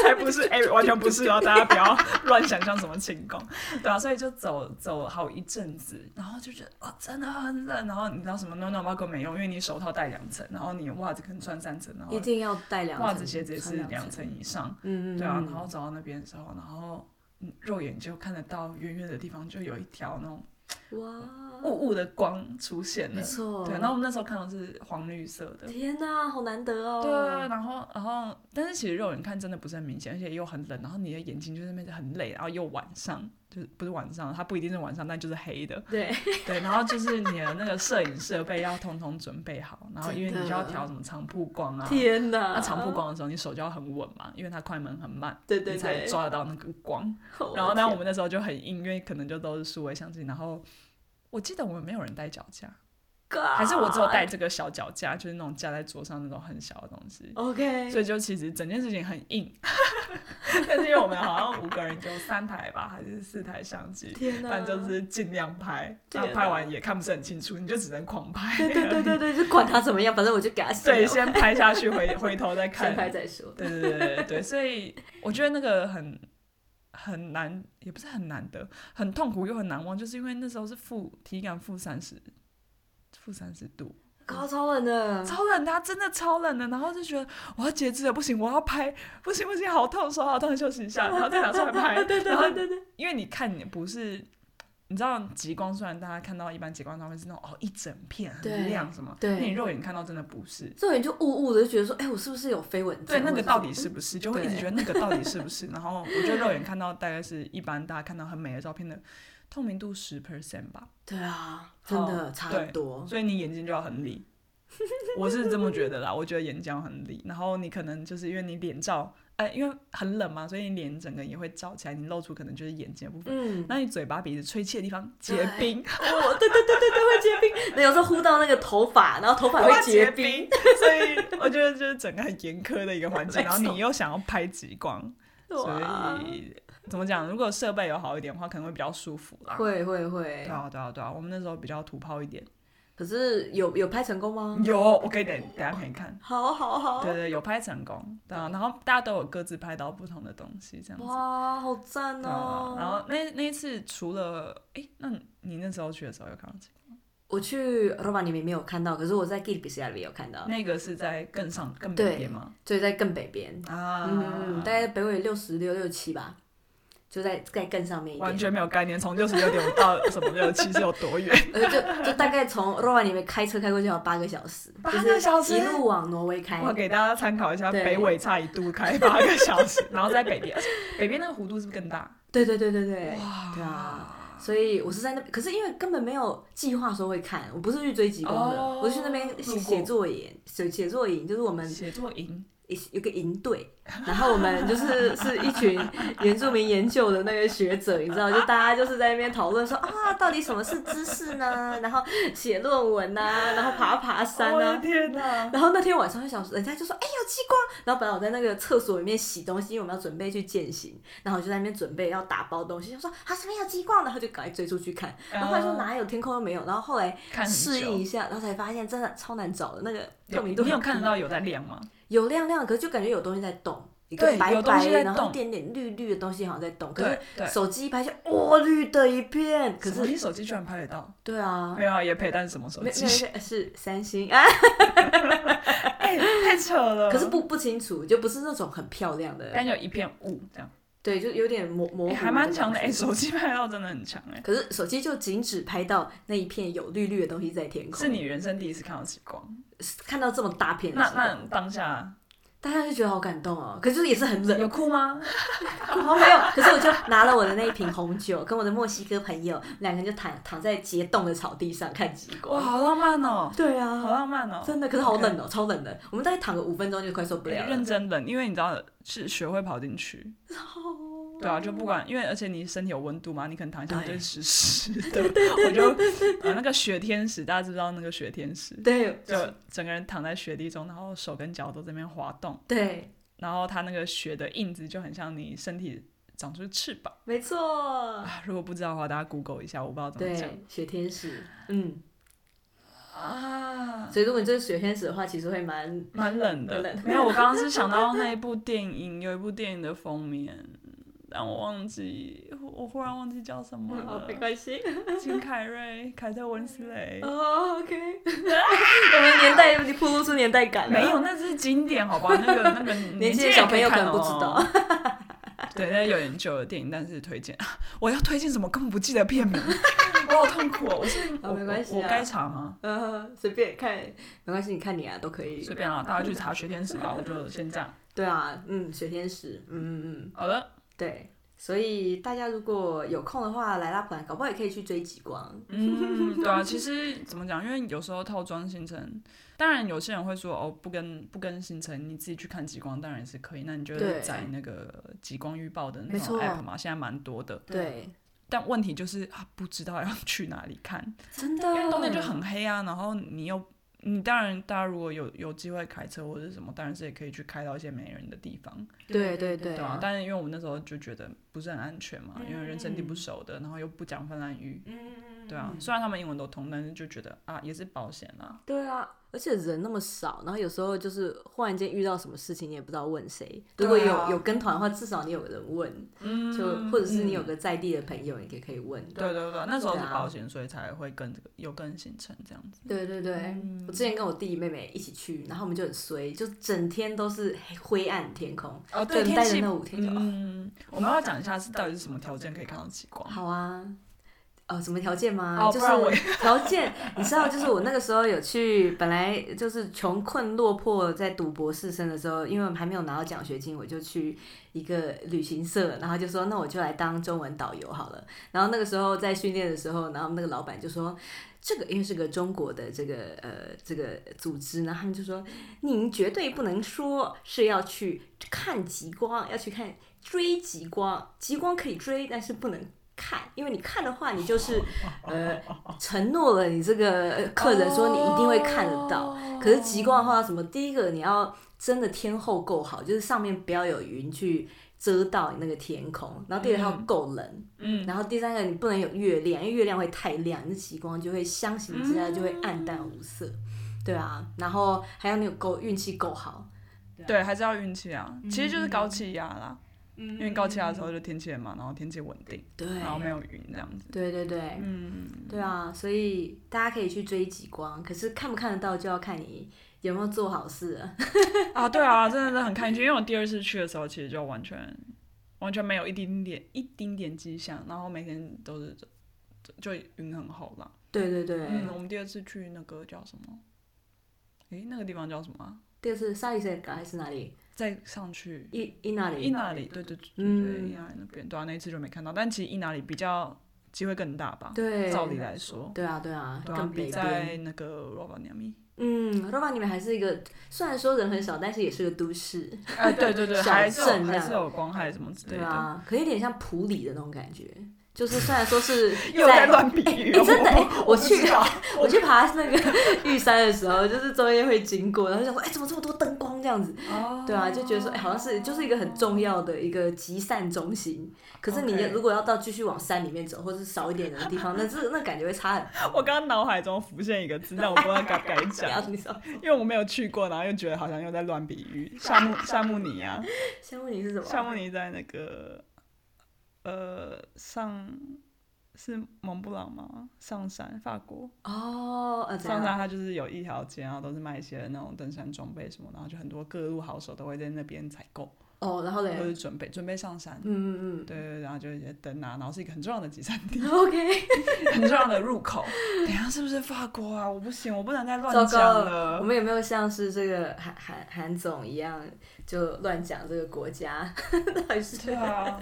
才不是哎、完全不是哦，大家不要 乱想象什么轻功，对啊，所以就走走好一阵子，然后就觉得哦，真的很冷，然后你知道什么 no no 包 o 没用，因为你手套戴两层，然后你袜子可能穿三层，然后一定要带两层袜子鞋子也是穿两层以上，嗯嗯，对啊，嗯然后走到那边的时候，然后。嗯肉眼就看得到远远的地方，就有一条那种哇，雾雾的光出现没了。错，对，然后我们那时候看到是黄绿色的，天哪、好难得哦。对，啊然后然后，但是其实肉眼看真的不是很明显，而且又很冷，然后你的眼睛就是那边很累，然后又晚上，就是不是晚上，它不一定是晚上，但就是黑 的，对对，然后就是你的那个摄影设备要通通准备好，然后因为真的你就要调什么长曝光啊，天哪、那长曝，光的时候你手就要很稳嘛，因为它快门很慢，对对你才对抓得到那个光。我的然后但我天们那时候就很硬，因为可能就都是数位相机，然后我记得我们没有人带脚架， God 还是我只有带这个小脚架，就是那种架在桌上那种很小的东西。 OK，所以就其实整件事情很硬， 但是因为我们好像五个人就三台吧，还是四台相机，天哪、但就是尽量拍，天那哪拍完也看不是很清楚，你就只能狂拍。对对对对对，就管他怎么样，反正我就给他洗对，了先拍下去，回回头再看先。拍再说。对对对对对，所以我觉得那个很很难，也不是很难得，很痛苦又很难忘，就是因为那时候是负体感负三十，负三十度，高超冷的，超冷的啊、真的超冷的，然后就觉得我要截肢了，不行，我要拍，不行不行，好痛，手好痛，休息一下，然后再拿出来拍。 对对然对后对对，因为你看，你不是，你知道极光，虽然大家看到一般极光照片是那种哦一整片对很亮什么，对那你肉眼看到真的不是。这人就雾雾的，就觉得说，哎、我是不是有飞蚊症？对，那或个者到底是不是，就会一直嗯对觉得那个到底是不是。然后我觉得肉眼看到大概是一般大家看到很美的照片的透明度十 percent 吧，对啊，真的差很多。所以你眼睛就要很理。 我是这么觉得啦，我觉得眼角很理，然后你可能就是因为你脸照，呃，因为很冷嘛，所以你脸整个也会照起来，你露出可能就是眼睛的部分。嗯，那你哦嘴巴、鼻子、吹气的地方结 冰，我对对对对对会结冰， 那有时候呼到那个头发，然后头发会结 冰，所以我觉得就是整个很严苛的一个环境。没然后错啊你又想要拍极光，哇所以啊怎么讲？如果设备有好一点的话，可能会比较舒服啦。会会会对，啊，对啊，对啊，我们那时候比较土炮一点。可是有有拍成功吗？有，我可以等等下可以看。好好好嗯对，对，有拍成功，对啊，然后大家都有各自拍到不同的东西，这样子。哇，好赞对啊哦！然后那那一次除了，哎，那你那时候去的时候有看到这个？我去罗马里面没有看到，可是我在 g i l b i s 里有看到，那个是在更上更北边吗？所以在更北边，啊，嗯，大概北纬六十六六七吧，就在在更上面一完点，全没有概念，从六十六点五到什么六七是有多 远？呃，就就大概从罗马里面开车开过去要八个小时，八就是个小时一路往挪威开，我给大家参考一下，对北纬差一度开八个小时，然后在北边，而且北边那个弧度是不是更大？对对对对对，哇对啊，所以我是在那，可是因为根本没有计划说会看，我不是去追极光的，哦我是去那边路过写写作业，写写作营，就是我们写作营一有个营队，然后我们就是是一群原住民研究的那个学者，你知道，就大家就是在那边讨论说啊，到底什么是知识呢？然后写论文呐、然后爬爬山我啊的。天哪！然后那天晚上就想说，人家就说，哎、有激光。然后本来我在那个厕所里面洗东西，因为我们要准备去践行，然后我就在那边准备要打包东西，就说啊，什么有激光，然后就赶快追出去看。然后后来说嗯哪有天空又没有，然后后来看很适应一久，下，然后才发现真的超难找的那个透有明你度很低。有看得到有在亮吗？有亮亮，可是就感觉有东西在动，一个对白有东白西的，在然后一动点点绿绿的东西好像在动，可对是对。手机一拍就哇绿的一片，可手是机手机居然拍得到，对啊，没有啊也配，但是什么手没没有机？是是三星啊， 哎，太扯了。可是不不清楚，就不是那种很漂亮的，但有一片雾这样，对，就有点模模糊哎的还蛮强的。感哎，觉手机拍到真的很强哎，可是手机就仅只拍到那一片有绿绿的东西在天空，是你人生第一次看到极光。看到这么大片的那时候，那当下大家就觉得好感动哦。可是就是也是很 冷，有哭吗？哦，没有，可是我就拿了我的那一瓶红酒，跟我的墨西哥朋友两个人就躺躺在结冻的草地上看极哇，光。好浪漫哦，对好啊，浪漫哦，真的，可是好冷哦，超冷的。我们大概躺个五分钟就快受不了了认。真冷，因为你知道是学会跑进去，对啊，就不管，因为而且你身体有温度嘛，你可能躺下对就是湿 湿的。我就啊，那个雪天使，大家知不知道那个雪天使？对就整个人躺在雪地中，然后手跟脚都在那边滑动，对，然后它那个雪的印子就很像你身体长出翅膀没错，啊。如果不知道的话，大家 Google 一下，我不知道怎么讲对，雪天使，嗯。啊。所以如果你这是雪天使的话，其实会蛮蛮冷的， 蛮冷没有，我刚刚是想到那一部电影，有一部电影的封面，但我忘记，我忽然忘记叫什 么哦了。没关系金凯瑞、凯特温斯雷，哦，OK。我们年代你暴露出年代感了没有，，那是经典，好吧？那个那 个年轻轻的人小朋友可看能不知道哦。。对，那有点久的电影，但是推荐。 我要推荐什么？根本不记得片 名，我好痛苦哦。我是啊我没关系啊我我该查吗？ 呃，随便看，没关系，你看你啊，都可以。随便啊，大家去查《学天使》吧，我就先这 样。对啊，嗯，雪天使，嗯嗯嗯，好了，对。所以大家如果有空的话，来拉普兰，搞不好也可以去追极光。嗯，对啊，其实怎么讲？因为有时候套装行程，当然有些人会说哦，不跟不跟行程，你自己去看极光当然也是可以。那你就对载那个极光预报的没那种错 app 嘛，现在蛮多的。对，但问题就是啊，不知道要去哪里看，真的，因为冬天就很黑啊。然后你又，你当然，大家如果有有机会开车或者是什么，当然是也可以去开到一些没人的地方，对对对对啊。但是因为我们那时候就觉得不是很安全嘛，因为人生地不嗯熟的，然后又不讲芬兰语，嗯对啊。虽然他们英文都通，但是就觉得啊，也是保险啦。对啊，而且人那么少，然后有时候就是忽然间遇到什么事情，你也不知道问谁。如果对有、啊有跟团的话，至少你有人问，嗯就或者是你有嗯个在地的朋友，你也可以问。对对对，那时候是对啊保险，所以才会跟这个有跟行程这样子。对对对，嗯我之前跟我弟弟妹妹一起去，然后我们就很衰，就整天都是黑灰暗天空，哦，对天待了气那五天就好嗯，我们要讲一下是到底是什么条件可以看到极光。好啊，哦，什么条件吗？哦就不然我是 条件，你知道，就是我那个时候有去，本来就是穷困落魄，在读博士生的时候，因为我们还没有拿到奖学金，我就去一个旅行社，然后就说那我就来当中文导游好了。然后那个时候在训练的时候，然后那个老板就说。这个因为是个中国的这个呃这个组织呢，他们就说您绝对不能说是要去看极光，要去看追极光，极光可以追，但是不能看，因为你看的话，你就是呃承诺哦了你这个呃客人说你一定会看得到。可是极光的话，什么第一个你要真的天候够好，就是上面不要有云去遮到你那个天空，然后第二个它要嗯够冷，嗯，然后第三个，你不能有月亮，因为月亮会太亮，那极光就会相形之下就会暗淡无色，对啊。然后还要你有够运气够好，对，还是要运气啊，其实就是高气压啦，因因为嗯高气压的时候就天气很嘛，然后天气稳定，对，然后没有云这样子。对对对，嗯，对啊。所以大家可以去追极光，可是看不看得到就要看你有没有做好事了。 啊，对啊，真的是很看运气，因为我第二次去的时候，其实就完全完全没有一丁点一丁点迹象，然后每天都是就就就云很厚啦。对对对，嗯，我们第二次去那个叫什么？诶，那个地方叫什么啊？第二次沙利塞嘎还是哪里？再上去伊伊那伊里？那里，对对对对，嗯伊那里那边，对啊，那一次就没看到，但其实伊那里比较机会更大吧，对，照理来说，对啊对啊，对啊，更比北在边。那个罗巴尼亚 米，嗯，罗马你们还是一个，虽然说人很少，但是也是个都市，哎， 对对对，啊小还是有镇这还样是有光害什么之类对的，啊，可有点像普里的那种感觉，就是虽然说是 又在乱比喻哦，欸真的欸我我不去知道我去爬那个 玉山的时候，就是中间会经过，然后就想说，哎、怎么这么多灯光这样子？哦对啊，就觉得说，哎、好像是就是一个很重要的一个集散中心。可是你 OK 如果要到继续往山里面走，或者是少一点人的地方，那这那感觉会差很 多。我刚刚脑海中浮现一个字，但我不知道该不该 然讲后，你说，因为我没有去过，然后又觉得好像又在乱比喻。夏目夏目尼啊，夏目你是什么？啊夏目尼在那个呃上是蒙布朗吗？上山法国哦，呃，怎上样？山，它就是有一条街，然后都是卖一些那种登山装备什么，然后就很多各路好手都会在那边采购哦，然后或者嘞，准备准备上山。嗯嗯对对对，然后就有一些灯啊，然后是一个很重要的集散地，嗯，OK。很重要的入 口。等一下是不是法国啊？我不行，我不能再乱糟讲糕了我。们有没有像是这个韩韩韩总一样，就乱讲这个 国家？到底是对啊，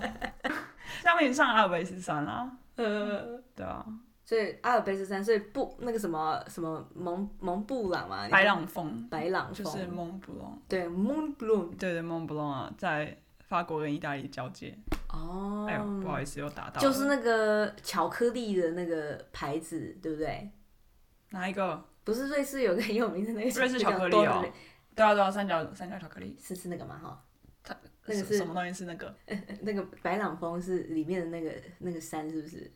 下面上阿尔卑斯山啦，呃，啊对啊， 所以阿尔卑斯山，所以布那个什么什么蒙蒙布朗嘛，你白朗峰白朗就峰，是蒙布朗，对 Moon Bloom 对对，蒙布朗啊，在法国跟意大利交界。哦，哎呦，不好意思，又打到了就是那个巧克力的那个牌子，对不对？哪一个？不是瑞士有个很有名的那个瑞士巧克力叫哦 Donut，对啊对啊，三角三角巧克力，是是那个嘛哈？它那个什是什么东西是那个？那个白朗峰是里面的那个那个山是不是？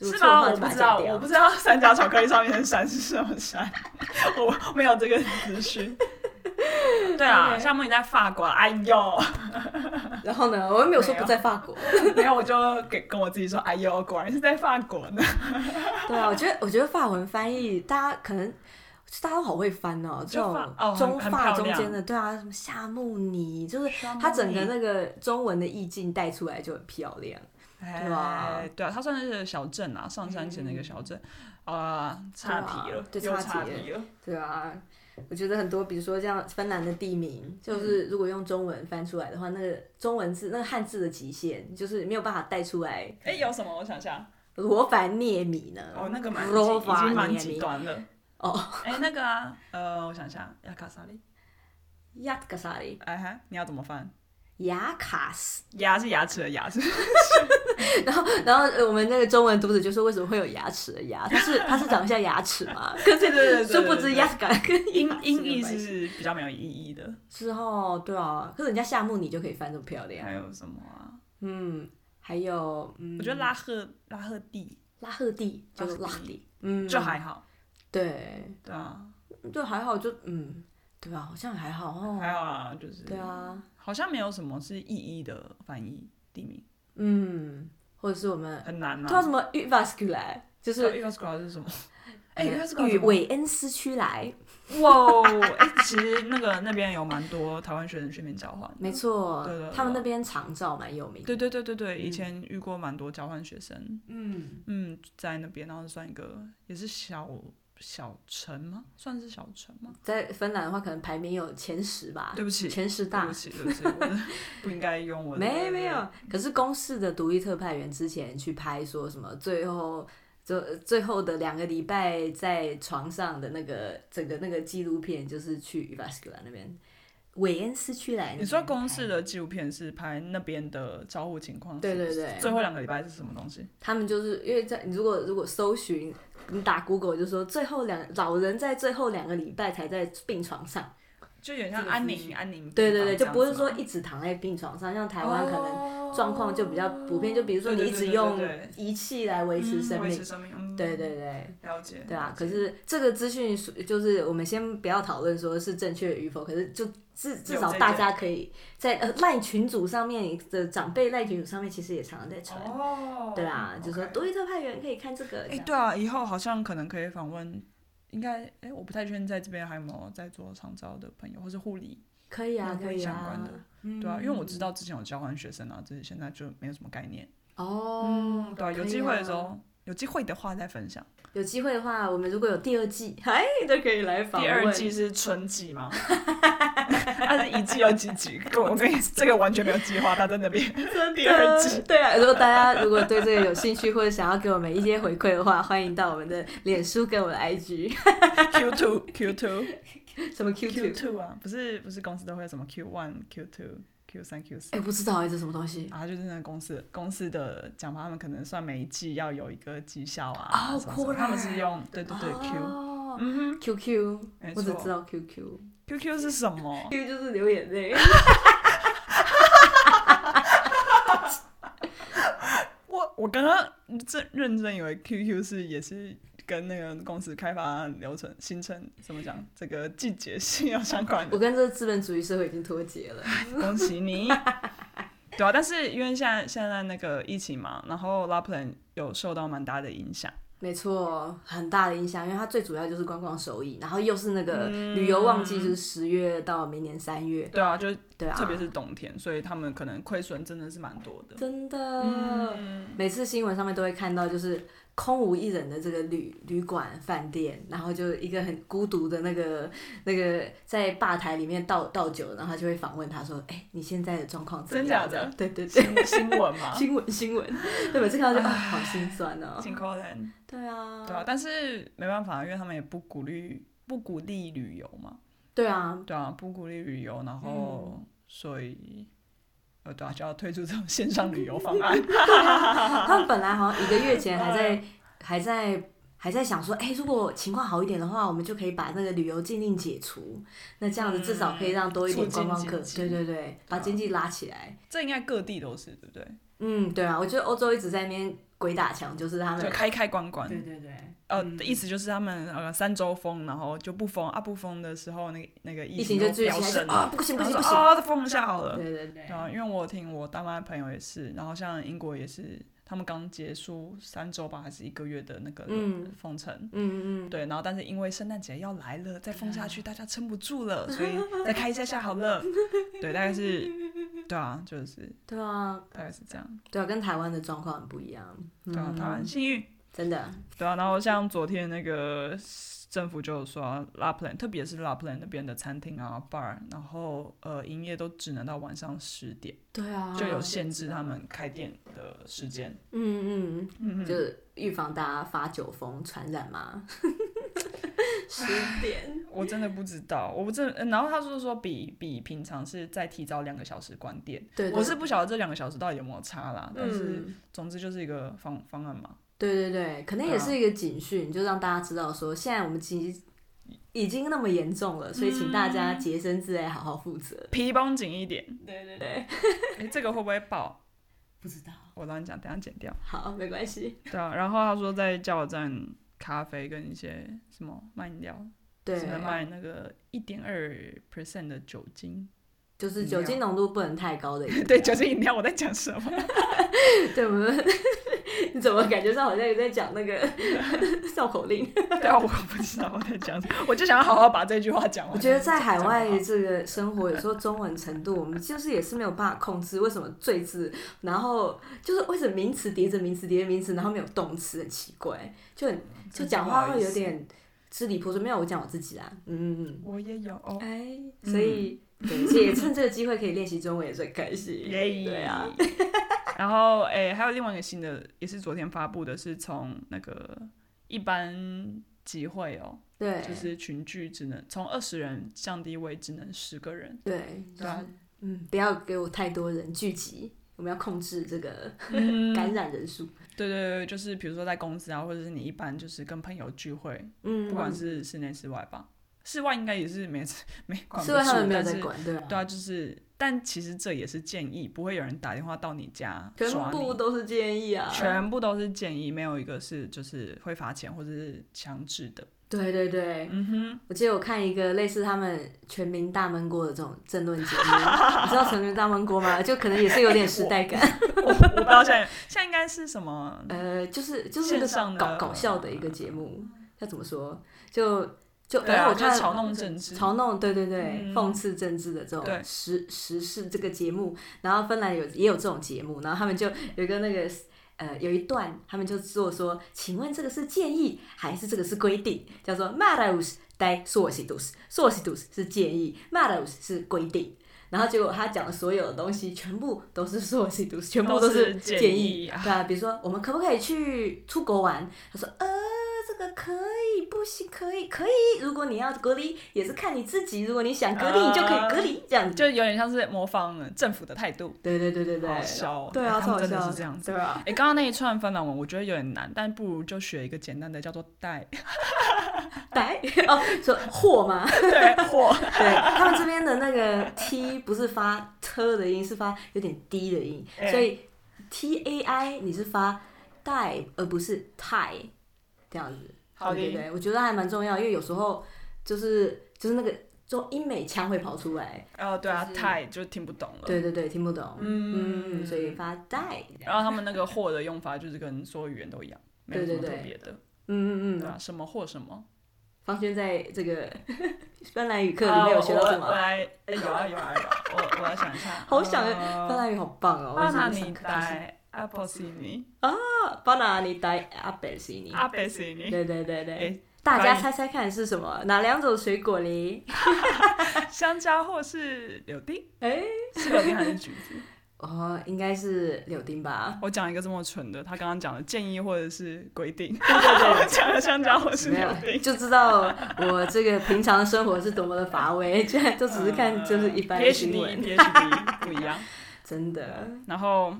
是吗？我如果错的话就不把它知道，剪掉我不知道三角巧克力上面的山是什么山， 我没有这个资 讯。对啊， OK 夏目你在法国，哎呦，然后呢，我又没有说不在法国。 然后我就给跟我自己说，哎呦，果然是在法国 呢。对啊，我觉得我觉得法文翻译，大家可能大家都好会翻哦，这就种法哦很中很法漂中亮间的，对啊，什么夏慕尼，就是它整个那个中文的意境带出来就很漂亮。哎，对啊对啊，它算是小镇啊，上山前的一个小镇。啊，岔题了，嗯又对啊就岔岔题了题了。对啊，我觉得很多，比如说像芬兰的地名，嗯就是如果用中文翻出来的话，那个中文字那个汉字的极限就是没有办法带出来。哎，有什么？我想想，罗凡涅米呢？哦，那个蛮极罗已凡经蛮涅极米端了。哦，哎，那个啊，呃，我想想，亚卡萨利，雅卡萨里哎哈，你要怎么翻？雅卡斯。牙是牙齿的 牙，是然后，然后呃我们那个中文读者就说，为什么会有牙齿的牙？它是 它是长得像牙齿 嘛？可对对对对是殊不知对牙感跟音音译译是比较没有意义的。之后，对啊，可是人家夏目你就可以翻这么漂亮还。有什么啊？嗯，还有嗯，我觉得拉赫拉赫蒂拉赫蒂就是拉拉赫赫蒂蒂，嗯，就还好，对，对啊，就还好，就嗯，对啊，好像还好哦，还好啊，就是对，啊，好像没有什么是意义的翻译地名，嗯，或者是我们很难叫啊什。么 u v a s c u l a 就是预告 score 是 什么？哎，呃预告 score 与韦恩斯区来，哇哦，哎、其实那个那边有蛮多台湾学生去那边交换的，没错对对对，他们那边长照蛮有名的，对对对对对，以前遇过蛮多交换学生，嗯嗯，在那边，然后算一个也是小小城吗？算是小城吗？在芬兰的话，可能排名有前十吧，对不起，前十对啊大不。起，对不起，我的不应该用我的。 没没有，可是公视的独立特派员之前去拍说什么最后。最最后的两个礼拜在床上的那个整个那个纪录片，就是去 u v a s c u l a 那边，韦恩斯区来。你说公式？的纪录片是拍那边的招呼情况，对对对，最后两个礼拜是什么东西？他们就是因为在你如果如果搜寻，你打 Google 就说最后两老人在最后两个礼拜才在病床上，嗯就有点像这个安资讯宁安宁病房这对样子对吗。对，就不是说一直躺在病床上，像台湾可能能状况就比较普遍，就比如说你一直用对对对对仪器来维持生维命持，生命，嗯对对，对。了解，对啊了，解可是这个资讯属就是我们先不要讨论说是正确与否，可是就至至有少这大个家可以在呃赖群组上面的长辈赖群组上面，其实也常常在传，哦，对啊，就说 OK 独立特派员可以看这个，哎、这样对啊，以后好像可能可以访问，应该哎、我不太确定在这边还有没有在做长照的朋友，或是护理，可以啊，有可以相关啊的，嗯对啊，因为我知道之前有交换学生啊，只是现在就没有什么概念。哦，对啊，有可以机会的啊时候，有机会的话再分享。有机会的话，我们如果有第二季，哎，都可以来访第问。二季是春季 吗？它是一季有几集？跟我跟你这个完全没有计划，他在那 边第二 季。对啊，如果大家如果对这个有兴趣，或者想要给我们一些回馈的话，欢迎到我们的脸书跟我 们的 IG， Q two Q two 什么 Q Q Q， two 啊，不是不是公司都会有什么 Q one Q two Q 三 Q 四哎，不知道哎，这什么东西？啊，就是那个公司公司的讲法，他们可能算每一季要有一个绩效啊，哦什么什果么他们是然用对对对 Q 哦嗯，Q Q，没我只错知道 Q Q，Q 哼 QQ 是什么？就是流眼泪。我我刚刚认认真以为 QQ 是也是跟那个公司开发流程形成怎么讲这个季节性要相关 的。我跟这个资本主义社会已经脱节了。恭喜 你。对啊，但是因为现在现在那个疫情嘛，然后 Laplan 有受到蛮大的影响。没错，很大的影响，因为它最主要就是观光收益，然后又是那个嗯旅游旺季，就是十月到明年三月，对啊，就对啊，特别是冬天，所以他们可能亏损真的是蛮多的。真的，嗯，每次新闻上面都会看到，就是空无一人的这个旅旅馆、饭店，然后就一个很孤独的那个那个在吧台里面倒倒酒，然后他就会访问他说：“哎、你现在的状况怎么样？”真假的对对对，新新闻嘛， 新闻新闻，对，每次看到就啊，好心 酸哦。挺可怜。对啊，对啊，但是没办法，因为他们也不鼓励不鼓励旅游嘛。对啊，对啊，不鼓励旅游，然后、嗯所以呃，对啊，就要推出这种线上旅游方案。 他们本来好像一个月前还在还在还在想说，哎、如果情况好一点的话，我们就可以把那个旅游禁令解除，那这样子至少可以让多一点促进观光客，经济对对对，把经济拉起来。这应该各地都是，对不对？嗯，对啊，我觉得欧洲一直在那边鬼打墙，就是他就们开开关关。对对对，呃，嗯意思就是他们呃三周封，然后就不封啊，不封的时候，那个那个疫疫情情就又聚飙起来升就啊，不行不然后行说不行，啊，封一下好了。对对对，对对啊，因为我听我大妈朋友也是，然后像英国也是，他们刚结束三周吧，还是一个月的那个嗯封城，嗯嗯嗯，对，然后但是因为圣诞节要来了，再封下去大家撑不住了，所以再开一下下好 了。对，大概是，对啊，就是对啊，大概是这样。对啊，跟台湾的状况很不一样，对啊，台湾幸运。真的，对啊，然后像昨天那个政府就有说，Lapland，特别是 Lapland 那边的餐厅啊、bar，然后呃营业都只能到晚上十点，对啊，就有限制他们开店的时间。嗯嗯嗯嗯，就是预防大家发酒疯传染 嘛，十点，我真的不知道，我不真的，呃然后他就是说比比平常是再提早两个小时关店， 对，对我是不晓得这两个小时到底有没有差啦，但是嗯。总之就是一个方方案嘛。对对对，可能也对啊是一个警讯，就让大家知道说，现在我们其实已经那么严重了，所以请大家洁身自爱，好好负责。皮绷紧一点，对对对，诶，这个会不会爆？不知道，我乱讲，等一下剪掉。好，没关系。对啊，然后他说在加油站咖啡跟一些什么卖饮料，对，啊只能卖那个一点二 percent 的酒精。就是酒精浓度不能太高的饮料。对，酒精饮料我在讲什么？对，我们 你怎么感觉上好像有在讲那个 绕口令？对啊，我不知道我在讲什么，我就想要好好把这句话讲完。我觉得在海讲外得好这个生活，有时候中文程度我们就是也是没有办法控制。为什么最字，然后就是为什么名词叠着名词叠着名词，然后没有动词，很奇怪，就很哦就讲话会有，点支离破碎。没有，我讲我自己啦，嗯嗯我也有嗯，哦，哎，嗯哎所以、对，也趁这个机会可以练习中文，也是很开心。耶，对啊，。 然后诶、还有另外一个新的，也是昨天发布的，是从那个一般集会哦，对，就是群聚只能从二十人降低为只能十个 人。对，对啊，嗯，不要给我太多人聚集，我们要控制这个嗯感染人数。对对对，就是比如说在公司啊，或者是你一般就是跟朋友聚会，嗯，不管是室内室外吧，室外应该也是没 没管不是因为他住们没有但在是管，对吧？对啊，就是，但其实这也是建议，不会有人打电话到你家全抓部你都是建议啊。全部都是建议，没有一个是就是会罚钱或者是强制 的。对对对，嗯哼，我记得我看一个类似他们全民大闷锅的这种政 论节目，你知道全民大闷锅吗？就可能也是有点时代 感，，我我不知道现在现在应该是什么呃，就是就是一线个上搞的嗯搞笑的一个节目，要怎么说？就就对然啊，后我就看是嘲弄政治，嘲弄，对对对，嗯讽刺政治的这种对时时事这个节目，然后芬兰有也有这种节目，然后他们就有一个那个呃有一段，他们就做说，请问这个是建议还是这个是规定？叫做 m a r a u s 待 s o s i t u s s o s i t u s 是建议 m a r a u s 是规定。然后结果他讲的所有的东西全部都是 s o s i t u s 全部都是是建建议议啊对啊，比如说我们可不可以去出国玩？他说呃。这个可以，不行，可以，可以。如果你要隔离，也是看你自己。如果你想隔离，啊你就可以隔离，这样子。就有点像是模仿政府的态度，对对对对对，好笑哦对啊，他超们好真的笑，是这样子对啊。哎、刚刚那一串芬兰文我觉得有点难，但不如就学一个简单的，叫做“带。呆 哦，说货嘛，”对，或 对他们这边的那个 t 不是发 t 的音，是发有点低的音，哎所以 t a i 你是发带而不是太这样子。好对的对对，我觉得还蛮重要，因为有时候就是就是那个中英美腔会跑出来，呃，对啊就，是太就听不懂了。对对对，听不懂，嗯嗯，所以发带，然后他们那个“或”的用法就是跟所有语言都一样，没有什对么对特对别的，嗯嗯对嗯，啊，什么或什么。方轩在这个 芬兰语课里面有学到啊什我我么？来，哎有啊有啊有啊，我我来想一下。好想芬呃，兰语好棒哦！巴拿我尼想看，呆，Apple 西尼，巴拿尼带阿贝西尼，阿贝西尼，对对对对哎，大家翻译猜猜看是什么？哪两种水果嘞？ 香蕉或是柳丁，哎， 是柳丁还是橘子？哦，应该是柳丁吧？ 我讲一个这么蠢的，他刚刚讲的建议或者是规定，对对对我 讲的香蕉或是没柳有，丁。就知道我这个平常生活是多么的乏味，居然就只是看就是一呃般的新闻， PhD PhD 不一样。 真的。然后，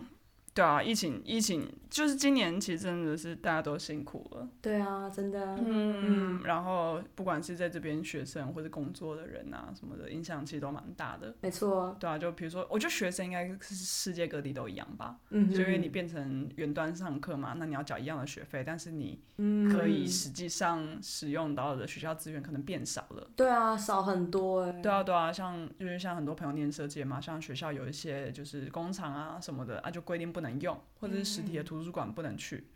对啊，疫情疫情就是今年其实真的是大家都辛苦了，对啊，真的啊。嗯，然后不管是在这边学生或者工作的人啊什么的，影响其实都蛮大的。没错，对啊，就比如说，我觉得学生应该是世界各地都一样吧，嗯，就因为你变成远端上课嘛，那你要缴一样的学费，但是你嗯可以实际上使用到的学校资源可能变少了。对啊，少很多哎、对啊，对啊，像就是像很多朋友念设计嘛，像学校有一些就是工厂啊什么的啊，就规定不能用，或者是实体的图书馆不能去。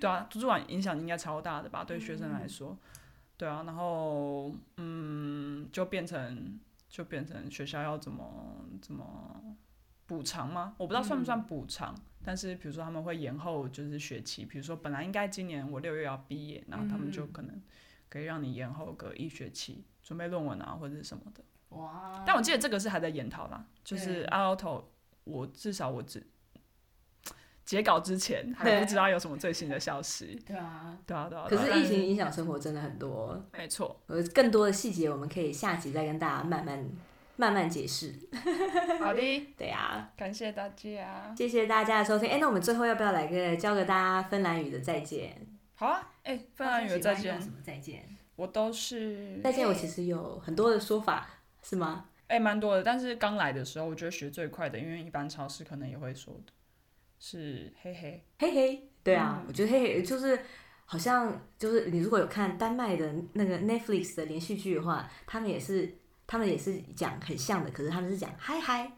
对啊，图书馆影响应该超大的吧，对学生来说。对啊，然后嗯，就变成就变成学校要怎么怎么补偿吗？我不知道算不算补偿，但是比如说他们会延后就是学期，比如说本来应该今年我六月要毕业，然后他们就可能可以让你延后个一学期准备论文啊或者是什么的。哦哇，但我记得这个是还在研讨啦，就是对 out 我至少我只截稿之前还不知道有什么最新的消息。对啊，对啊，对啊。可对啊是但疫情影响生活真的很多，没错，呃，更多的细节我们可以下集再跟大家慢慢慢慢解释。好的，对啊，感谢大家。谢谢大家的收听。哎，那我们最后要不要来个教给大家芬兰语的再见？好啊，哎、芬兰语再见，什么再见？我都是再见，我其实有很多的说法，是吗？哎蛮、多的，但是刚来的时候我觉得学最快的，因为一般超市可能也会说的，是嘿嘿，嘿嘿，对啊，嗯我觉得嘿嘿就是。好像就是你如果有看丹麦的那个 Netflix 的连续剧的话，他们也是他们也是讲很像的，可是他们是讲嗨嗨，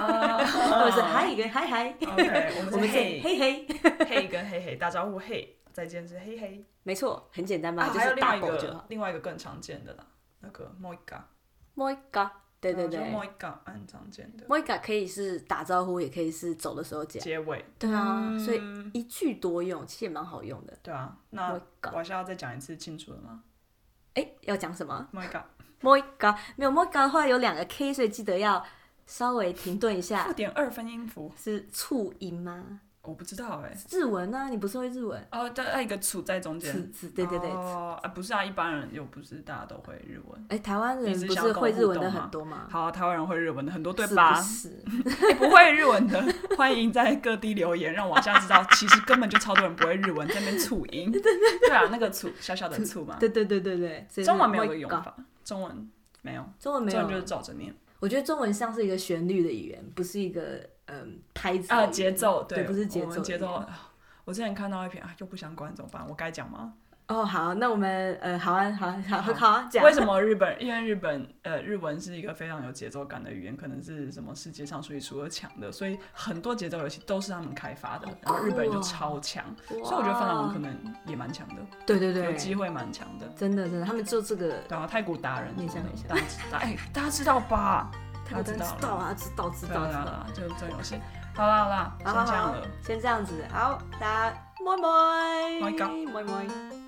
或者是嗨跟嗨嗨， ，OK，我哦 我们们是嘿这嘿嘿，嘿跟嘿嘿打招呼嘿，再见是嘿嘿。没错，很简单吧，啊，就还有是另外大一狗就个好。另外一个更常见的啦，那个 moika，摸一个，对对嗯就对， moika 蛮常见的，摸一个可以是打招呼，也可以是走的时候讲。结尾。对啊，所以嗯一句多用，其实也蛮好用的。对啊，那摸一我个，还是要再讲一次清楚的吗哎，要讲什么？ ？moika 摸一个，没有摸一个的话有两个 k，所以记得要稍微停顿一负下。点二分音符，是促音吗？我不知道哎。日文啊呢？你不是会日文？哦，再再一个处在中间次。次，对对对。次哦，啊，不是啊，一般人又不是大家都会日文。哎，台湾人你只不想是要跟会我日文互的动很吗多吗？好啊，台湾人会日文的很多，对是吧不？是？哎不会日文的， 欢迎在各地留言，让网下知道，其实根本就超多人不会日文，在 那边促音。对啊，那个促小小的促嘛，对对对对对。所以是中文没有摸个一用个法，中文没有，中文没中有文，就是照着念。我觉得中文像是一个旋律的语言，不是一个嗯拍子的语啊，言节奏对，不是节我奏们的节语奏言。啊我之前看到一篇啊，又不相关怎么办？我该讲吗？哦，好，那我们呃，好啊，好啊，好啊，好好啊，讲为什么日本？因为日本呃，日文是一个非常有节奏感的语言，可能是什么世界上数一数二强的，所以很多节奏游戏都是他们开发的，然后日本人就酷哦超强，么所以我觉得芬兰文可能也蛮强的，对对有对，机会蛮强的。真的真的，他们做这个，对啊，太古达人什你么想一的，大下家知道，哎，大家知道吧？他们真的知道知道啊，知道知对啊道知对啊，对道。啊就这游戏。好啦好啦，好先好这样好了。，先这样子，好，大家么么，拜拜么么。